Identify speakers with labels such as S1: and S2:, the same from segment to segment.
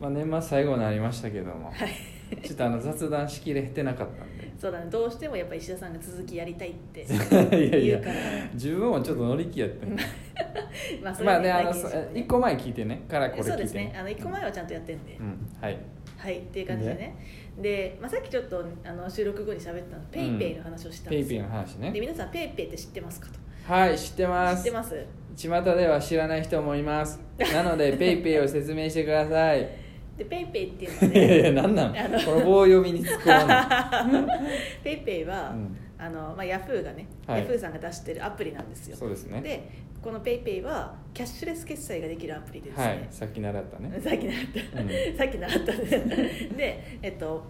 S1: まあ、年末最後になりましたけども、
S2: はい
S1: ちょっとあの雑談しきれてなかったんで
S2: そうだねどうしてもやっぱ石田さんが続きやりたいって
S1: いやい
S2: 言
S1: や
S2: うから
S1: 自分もちょっと乗り気やって
S2: まあそれ
S1: まあ
S2: は
S1: ねあの
S2: 大事
S1: そ
S2: ですよね
S1: 一個前聞いてねからこれ
S2: そう
S1: 聞
S2: で
S1: い
S2: す
S1: て
S2: ねあの1個前はちゃんとやってんで、
S1: うんはい
S2: はいっていう感じでねで、まあ、さっきちょっとあの収録後に喋ったのペイペイの話をしたん
S1: ペ
S2: で
S1: イ
S2: す
S1: ペイ
S2: よ、
S1: の話
S2: で
S1: ね
S2: 皆さんペイペイって知ってますかと
S1: はい知ってま
S2: 知っ
S1: す
S2: てます
S1: 巷では知らない人もいますなの でペイペイを説明してください
S2: でペイペイっていうのはい
S1: やい
S2: ね
S1: や何なの
S2: あの
S1: この棒読みに突っ込ま
S2: ペイペイは、
S1: うん
S2: あのまあ、ヤフーがね、
S1: はい
S2: ヤフーさんが出してるアプリなんです
S1: ない
S2: よ
S1: そうですね
S2: でこのペイペイはキャッシュレス決済ができるア プリでです
S1: はい
S2: ね、
S1: さっき習ったね
S2: さっき習った、
S1: う
S2: さっき習ったででえっと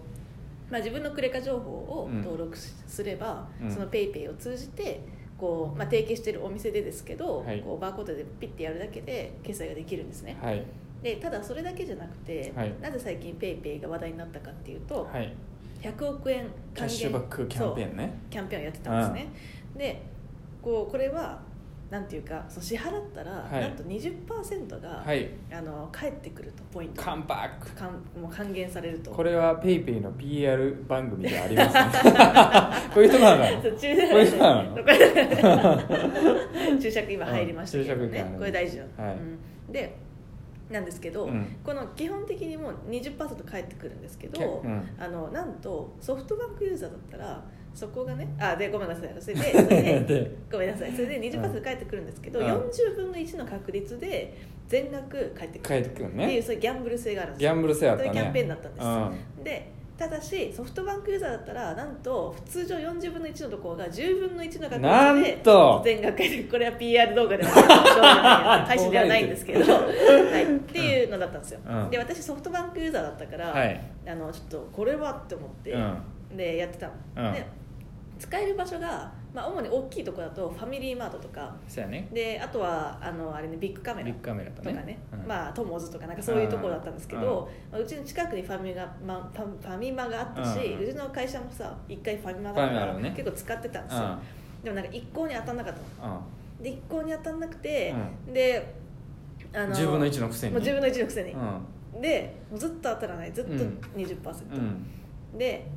S2: まあ、自分のクレカ情報を
S1: うん
S2: 登録しすれば、
S1: うん
S2: その PayPay ペイペイを通じてこう、まあ、提携してるお店でですけど、
S1: はい
S2: こうバーコードでピッてやるだけで決済ができるんですね、
S1: はい
S2: でただそれだけじゃなくて、
S1: はい
S2: なぜ最近 PayPay ペイペイが話題になったかっていうと、
S1: はい
S2: 100億円還元
S1: キャッシュバックキャンペーンね
S2: そうキャンペーンをやってたんですね、でこうこれはなんていうかそう支払ったら、
S1: はい
S2: なんと20%が、
S1: はい
S2: あの返ってくるとポイント
S1: カンパック
S2: かんもう還元されると
S1: これはペイペイの PR 番組ではありますね こういう人なんだ
S2: そう注
S1: これなの
S2: これ 注釈今入りましたけど
S1: うん注釈
S2: ね、
S1: がね
S2: これ大事なの、
S1: はい
S2: うんでなんですけど、
S1: うん
S2: この基本的にもう20%返ってくるんですけど、
S1: うん
S2: あのなんとソフトバンクユーザーだったらそこがねあでごめんなさいそれでそれで
S1: で
S2: ごめんなさいそれで20%返ってくるんですけど、
S1: うん
S2: 40分の1の確率で全額返ってく
S1: 帰
S2: る
S1: っ
S2: って
S1: くる
S2: ていう
S1: ね
S2: そういうギャンブル性があるんです
S1: ギャンブル性あったね
S2: というキャンペーンだったんで
S1: う
S2: すよ
S1: ん
S2: でただしソフトバンクユーザーだったらなんと通常40分の1のところが10分の1の
S1: な
S2: 確率
S1: ん
S2: で
S1: と
S2: 全額でこれは PR 動画ではない配信ではないんですけど、はい、っていうのだったんですよ、
S1: うん
S2: で私ソフトバンクユーザーだったから、
S1: はい
S2: あのちょっとこれはって思って、
S1: うん
S2: でやってたの、
S1: うん
S2: で使える場所が、まあ、主に大きいところだとファミリーマートとか
S1: そうやね
S2: であとはあのあれねビッグカメラ
S1: ビッグカメラと
S2: とか
S1: ね
S2: ね、
S1: うん
S2: まあトモズとかなんかそういうところだったんですけど、うちの近くにファミが、まあ、ファファミマがあったし、
S1: う
S2: うんちの会社もさ一回ファミマだ
S1: ファ
S2: ったか
S1: ミ
S2: ら、
S1: マだね
S2: 結構使ってたんで
S1: う
S2: すよ、
S1: ん
S2: でもなんか一向に当たんなかったの
S1: う
S2: で一向に当たんなくて、であ
S1: ん10分の1のくせに
S2: もう10分の1のくせに
S1: う、ん
S2: でもうずっと当たらないずっと
S1: うん
S2: 20%、
S1: うん
S2: で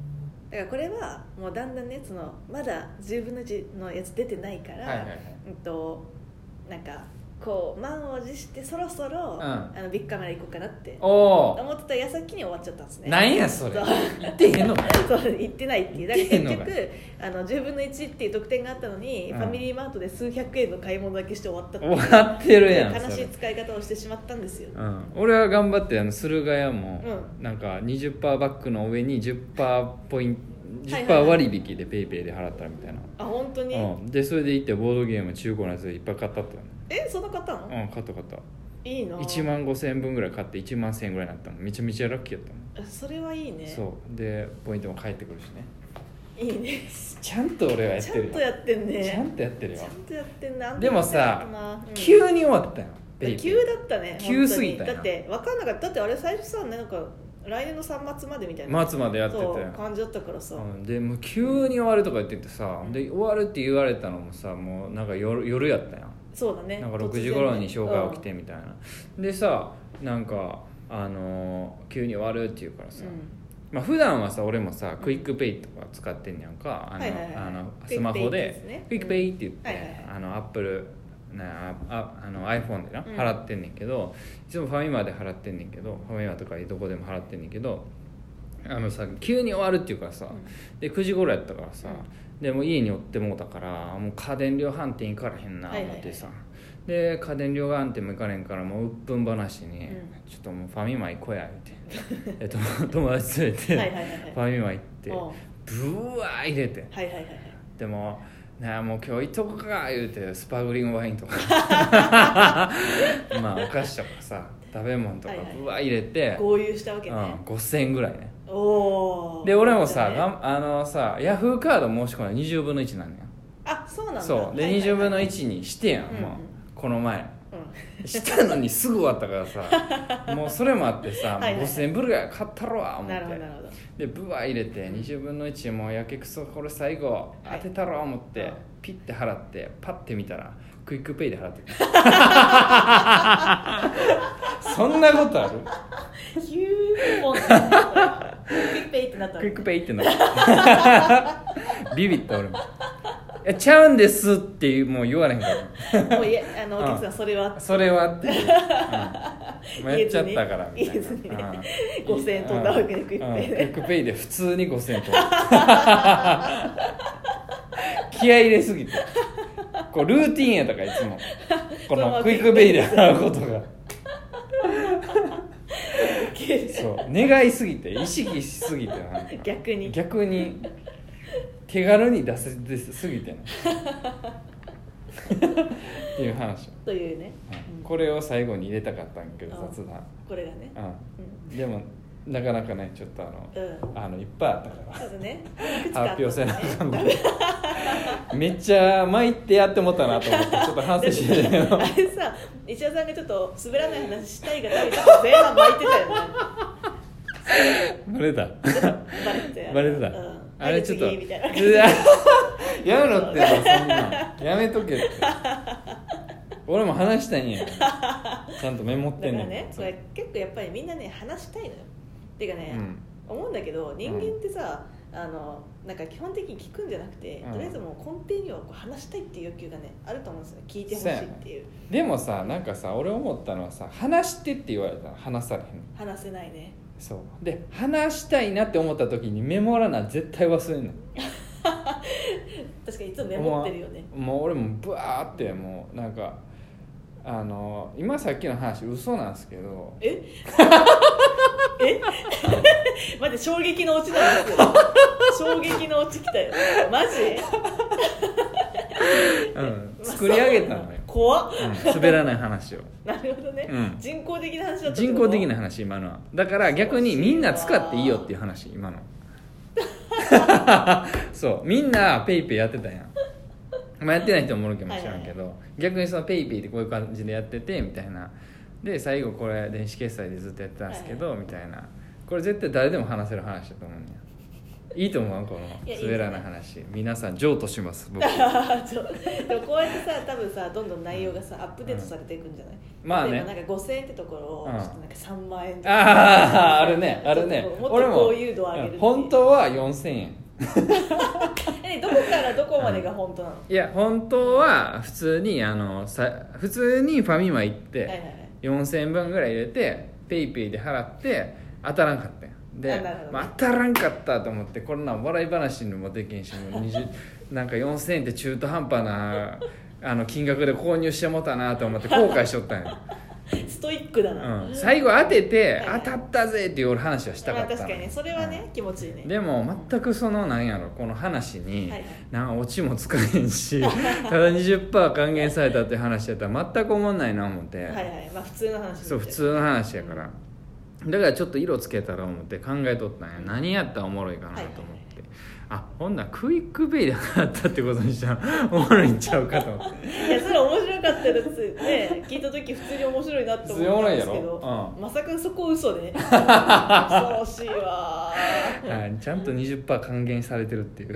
S2: だからこれはもうだんだんねそのまだ10分の1のやつ出てないから、
S1: はいはいはい
S2: うんとなんかこう満を持してそろそろ、
S1: ん
S2: あのビッグカメラ行こうかなって
S1: おお
S2: 思ってた矢先に終わっちゃったんですね
S1: なんやそれ
S2: そう
S1: 言ってへんの か
S2: そう行ってないっていうだ
S1: 行ってへんの
S2: か
S1: から
S2: 結局あの10分の1っていう得点があったのに、
S1: うん
S2: ファミリーマートで数百円の買い物だけして終わったっていう
S1: 終わってるやん
S2: 悲
S1: そ
S2: し
S1: れ
S2: い使い方をしてしまったんですよ、
S1: うん、俺は頑張ってあの駿河屋も、
S2: う
S1: なんか20%バックの上に10%ポイント
S2: はい
S1: 10%
S2: はいはい
S1: 割引でペイペイで払ったみたいな、
S2: あ本当に、
S1: うん、でそれで行ってボードゲーム中古のやついっぱい買ったったよね
S2: えそんな買ったの、
S1: うん買った買った
S2: いいの
S1: 1万5000円分ぐらい買って1万1000円ぐらいになったのめちゃめちゃラッキーやったの、
S2: それはいいね
S1: そうでポイントも返ってくるしね
S2: いいね
S1: ちゃんと俺はやっ
S2: ち
S1: て
S2: ゃ
S1: る
S2: ん
S1: よ
S2: とやってんね
S1: ちゃんとやってるよ
S2: ちゃんとやってんな
S1: でもさ
S2: 急
S1: 急に終わったよペイペイ
S2: 急だったね
S1: 急すぎたよ
S2: 本当にだって分かんなかっただってあれ最初さなんか来年の3末までみたいな
S1: 末までやってたよ
S2: そう感じだったからさ、
S1: うん、でもう急に終わるとか言っててさ、
S2: うん
S1: で終わるって言われたのもさもうなんか夜夜やったやん
S2: そうだね
S1: なんか6時頃に障害
S2: 起
S1: 起きてみたいな、でさなんかあのー急に終わるって言うからさ、まあ普段はさ俺もさクイックペイとか使ってんねやんかあの、
S2: はいはいはい
S1: あのスマホでク
S2: ク
S1: イック
S2: イック
S1: ペ
S2: ペ
S1: イ
S2: イ
S1: って言って、
S2: はいはいはい
S1: あのアップルなあああの iPhone でな
S2: うん
S1: 払ってんねんけど、いつもファミマで払ってんねんけどファミマとかどこでも払ってんねんけどあのさ急に終わるっていうからさ、で9時頃やったからさ、でもう家に寄ってもうたからもう家電量販店行かれへんな
S2: はいはい
S1: 思
S2: はい
S1: ってさ、で家電量販店も行かれへんからもう鬱憤話に、
S2: うん
S1: ちょっともうファミマ行こうや言うて で友友達連れて、
S2: はいはいは いはい
S1: ファミマ行って
S2: うん
S1: ブワー入れて
S2: はいはいはいはい
S1: でもなあもう今日いとこか言うてスパグリンワインとか まあお菓子とかさ食べ物とか
S2: はいはい
S1: ぶわー入れて、
S2: 合流したわけ
S1: うん
S2: ね、
S1: 5000円ぐらいね
S2: おお
S1: で俺もさ、がんあのさヤフーカード申し込んだら20分の1なんね
S2: あそうなん
S1: ん
S2: だ
S1: そうで、
S2: はいはいはい
S1: 20分の1にしてやん、
S2: うんうん
S1: もうこの前
S2: うん
S1: したのにすぐ終わったから さもうそれもあってさもう
S2: はいはいはい
S1: 5000円ぶるぐらい買ったろわ思って
S2: なるほどなるほど
S1: でブワー入れて20分の1もうやけくそこれ最後
S2: は
S1: 当
S2: い
S1: てたろう思って、
S2: うん
S1: ピッて払ってパッて見たらクイックペイで払 ってたそんなことある
S2: 急ポンってなったから クイックペイってなったの
S1: クイックペイってなったビビった俺も「いやちゃうんです」っていうもう言われへんから
S2: もういえあのお客さんそれは
S1: それはっていう、うんもうやっちゃったからみたい
S2: 言えずに
S1: な、
S2: ね
S1: うん
S2: 5000円飛んだわけで
S1: うん
S2: クイックペイ
S1: うん
S2: で
S1: クイックペイで普通に5000円飛んだ気合い入れすぎてこうルーティンやとかいつもこ
S2: そ
S1: の
S2: う
S1: クイックペイで払うことがそう願いすぎて意識しすぎてなんか
S2: 逆に
S1: 逆に手軽に出せ出すぎてなっていう話、
S2: というね、
S1: うん
S2: うん
S1: これを最後に入れたかったんやけど
S2: あ
S1: 雑談
S2: これがね
S1: うん、でもなかなかねちょっとあの、
S2: うん
S1: あのいっぱいあったから
S2: ちょっ とね
S1: 発表せなあかん
S2: だ
S1: のでめっちゃ参ってやってもったなと思ってちょっと反省してたけ ど
S2: あれさ石田さんがちょっと滑らない話したいがためにちょっと前半巻いてたよね
S1: バレた
S2: バレてたよ
S1: バレてた、
S2: うん、
S1: あれちょっと
S2: はい次みたいな
S1: うわ やめろってそんなんやめとけって俺も話したいんや ちゃんとメモって
S2: だ
S1: ん
S2: か
S1: ねん
S2: らねこれ結構やっぱりみんなね話したいのよっていうかね、
S1: うん
S2: 思うんだけど人間ってさ、あのなんか基本的に聞くんじゃなくて、
S1: うん
S2: とりあえずもう根底にはこう話したいっていう欲求がねあると思うんですよ聞いてほしいっていう
S1: でもさなんかさ俺思ったのはさ話してって言われたら話されへん
S2: 話せないね
S1: そうで話したいなって思った時にメモらな絶対忘れんの
S2: 確かにいつもメモってるよね
S1: もう俺もブワーってもうなんかあの今さっきの話嘘なんですけ ど
S2: ええ 待って衝撃のオチなんですけど衝撃のオチ来たよマジ
S1: うん、作り上げたのよ、
S2: 怖っ
S1: うん、滑らない話を
S2: なるほどね、
S1: うん
S2: 人工的な話だった
S1: 人工的
S2: な
S1: な話今のはだから逆にみんな使っていいよっていう話今 のそうみんなペイペイやってたやんまあやってない人もおるかもしれんけど、逆にそのペイペイってこういう感じでやっててみたいなで最後これ電子決済でずっとやってたんですけど、みたいなこれ絶対誰でも話せる話だと思うんやいいと思うこ
S2: いやいい
S1: の
S2: ですね
S1: 滑らない話皆さん譲渡します 僕
S2: でもこうやってさ多分さどんどん内容がさアップデートされていくんじゃない、
S1: まあね
S2: 例えばなんか5000円ってところを
S1: うん
S2: ちょっとなんか3万円とか、
S1: ああある ねあるね
S2: ちょっともっと
S1: 俺も
S2: こういう度を上げるっていう
S1: 本当は4000円
S2: えどこからどこまでが本当なの、
S1: いや本当は普通にあのさ普通にファミマ行っ
S2: はい
S1: て
S2: はいはい
S1: 4000円分ぐらい入れてペイペイで払って当たらんかったんや
S2: あ
S1: で
S2: なるほどね
S1: まあ、当たらんかったと思ってこんなん笑い話にもできんし もう20なんか4000円って中途半端なあの金額で購入してもたなと思って後悔しとったんや、
S2: ストイックだな、
S1: うん、最後当てて
S2: はいはい
S1: 当たったぜっていう俺話はしたかっ
S2: まあ
S1: たの
S2: 確かにねそれはね、
S1: うん
S2: 気持ちいいね
S1: でも全くそのなんやろこの話に、
S2: はいはい
S1: なんかオチもつかへん しただ20%還元されたって話やったら全く思んないな思って、
S2: はいはいまあ普通の話
S1: そう普通の話やからだからちょっと色つけたら思って考えとったんや何やったらおもろいかなと思って、
S2: はいはい
S1: あほんならクイックベイで払ったってことにしたらおも ろいんちゃうかと思って
S2: いやそれ面白かったですね聞いた時普通に面白いなって思ったんですけど、
S1: う
S2: まさかそこ嘘 で恐ろしいわ
S1: はいちゃんと20%還元されてるっていう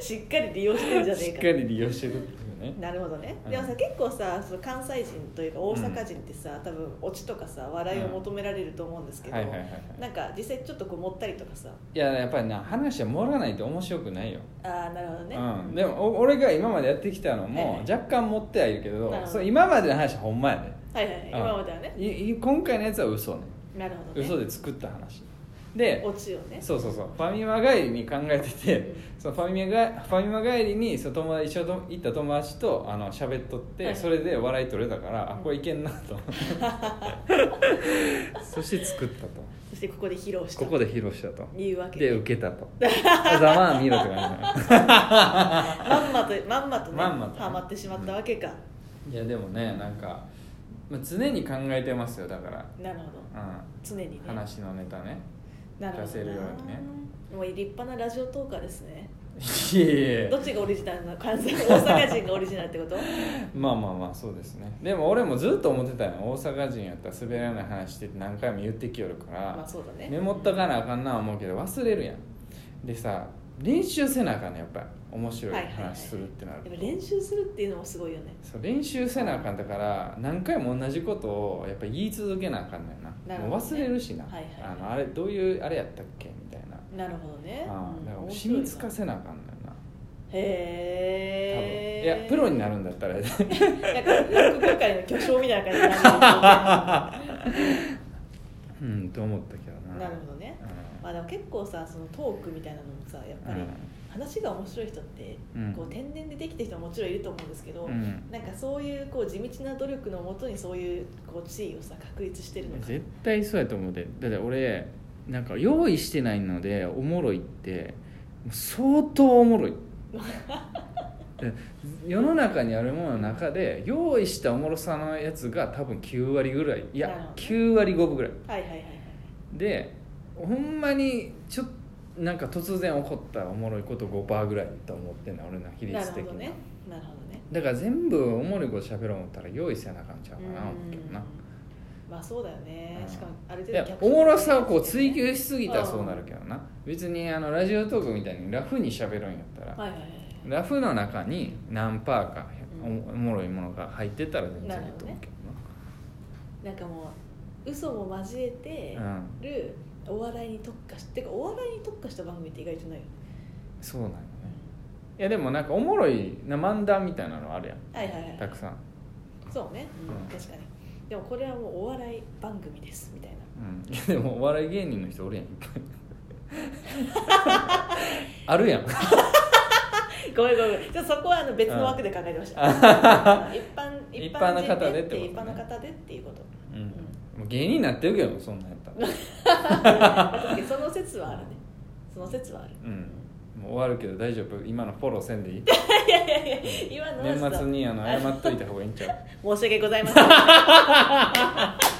S2: しっかり利用してるじゃね
S1: し
S2: え
S1: っ
S2: か
S1: かり利用してるっていうね
S2: なるほどね、
S1: うん
S2: でもさ結構さその関西人というか大阪人ってさ、多分オチとかさ笑いを求められると思うんですけど、
S1: はいはいはいはい
S2: なんか実際ちょっとこう持ったりとかさ
S1: いややっぱりな話は盛らないと面白くないよ
S2: あーなるほどね、
S1: うん、でもお俺が今までやってきたの
S2: はい
S1: も
S2: はい
S1: 若干持ってはいるけど、
S2: なるほど
S1: そう今までの話はほんまやね
S2: はいはいはい
S1: うん
S2: 今まではね
S1: いい今回のやつは嘘ね
S2: なるほどね
S1: 嘘で作った話で
S2: オチをね
S1: そうそうそうファミマ帰りに考えてて、
S2: うん
S1: そのファミマがファミマ帰りにその友達一緒と行った友達とあの喋っとって、
S2: はい
S1: それで笑い取れたから、あ
S2: うん
S1: これいけんな とそして作ったと
S2: そしてここで披露した
S1: ここで披露したと
S2: いうわけ
S1: で
S2: で
S1: 受けたとざまあ見ろって感じだね
S2: まんまとまんまとね
S1: まんまとね
S2: ハマってしまったわけか、
S1: いやでもねなんか、まあ、常に考えてますよだから、
S2: なるほど
S1: う
S2: 常にね
S1: ん、話のネタね
S2: なるほどな
S1: 出せるようにね
S2: もう立派なラジオトーカーですね
S1: いえい
S2: どっ
S1: え
S2: ちがオリジナルなの関西大阪人がオリジナルってこと
S1: まあまあまあそうですねでも俺もずっと思ってたよ大阪人やったら滑らない話って何回も言ってきよるから、
S2: まあそうだね
S1: メモっとかなあかんな思うけど忘れるやんでさ練習せなあかんねやっぱり面白
S2: はい
S1: い
S2: はいはい
S1: 話するってなると、
S2: やっぱ練習するっていうのもすごいよね
S1: そう練習せなあかんだから何回も同じことをやっぱ言い続けなあかんねんな
S2: なるほ
S1: も
S2: どね
S1: う忘れるしな、
S2: はいはい
S1: あのあれどういうあれやったっけみたいな
S2: なるほどね
S1: あ
S2: うん
S1: あだから
S2: 面白い
S1: 染
S2: な
S1: みつかせなあかんねんな多分
S2: へ
S1: い
S2: え
S1: やプロになるんだったら
S2: なんか落語界の巨匠みたいな感じ になる
S1: うんと思ったけどな
S2: なるほどねまあでも結構さそのトークみたいなのもさやっぱり話が面白い人って、
S1: うん
S2: こう天然でできてる人ももちろんいると思うんですけど、
S1: うん、うん
S2: なんかそういうこう地道な努力のもとにそういうこう地位をさ確立してるのか
S1: 絶対そうやと思うでだって俺なんか用意してないのでおもろいってもう相当おも ろいで世の中にあるものの中で用意したおもろさのやつが多分9割ぐらいい
S2: なるほ
S1: や
S2: ど
S1: 9割5分ぐらい
S2: はいはいはいはい
S1: でほんまにちょっとなんか突然起こったおもろいこと5%ぐらいと思ってんの俺の比
S2: なる
S1: 率
S2: ほ
S1: 的
S2: ど
S1: に、
S2: ねなるほどね
S1: だから全部おもろいこと喋ろう思ったら用意せなあかんちゃうかな思うけどな
S2: まあそうだよね、
S1: うん
S2: しかもある
S1: い
S2: 程
S1: や
S2: 度
S1: おもろさをこう追求しすぎたらそうなるけどな別にあのラジオトークみたいにラフに喋るんやったら
S2: はいはいはい
S1: ラフの中に何パーかお
S2: うん
S1: おもろいものが入ってたら全然いいと思うけ
S2: なんかもう嘘も交えて
S1: どなうん
S2: るお笑いに特化してかお笑いに特化した番組って意外とないよね
S1: そうなんよねいやでもなんかおもろいな漫談みたいなのあるやん
S2: はいはいはい
S1: たくさん、
S2: そうね、うん
S1: うん
S2: 確かにでもこれはもうお笑い番組ですみたい
S1: う
S2: な
S1: ん、いやでもお笑い芸人の人おるやんいっ ぱいあるやん
S2: ごめんごめんごめんちょっとそこはあの別の枠で考えて ました、一般
S1: 一般の方でってことね
S2: 一般の方でっていうこと
S1: うんもう芸人になってるけどそんなんやったら
S2: 確かにその説はあるねその説はある
S1: うんもう終わるけど大丈夫今のフォローせんでいい
S2: いやいや いや今のはちょ
S1: 年
S2: っと
S1: 末にあの謝っといた方がいいんちゃう
S2: 申し訳ございません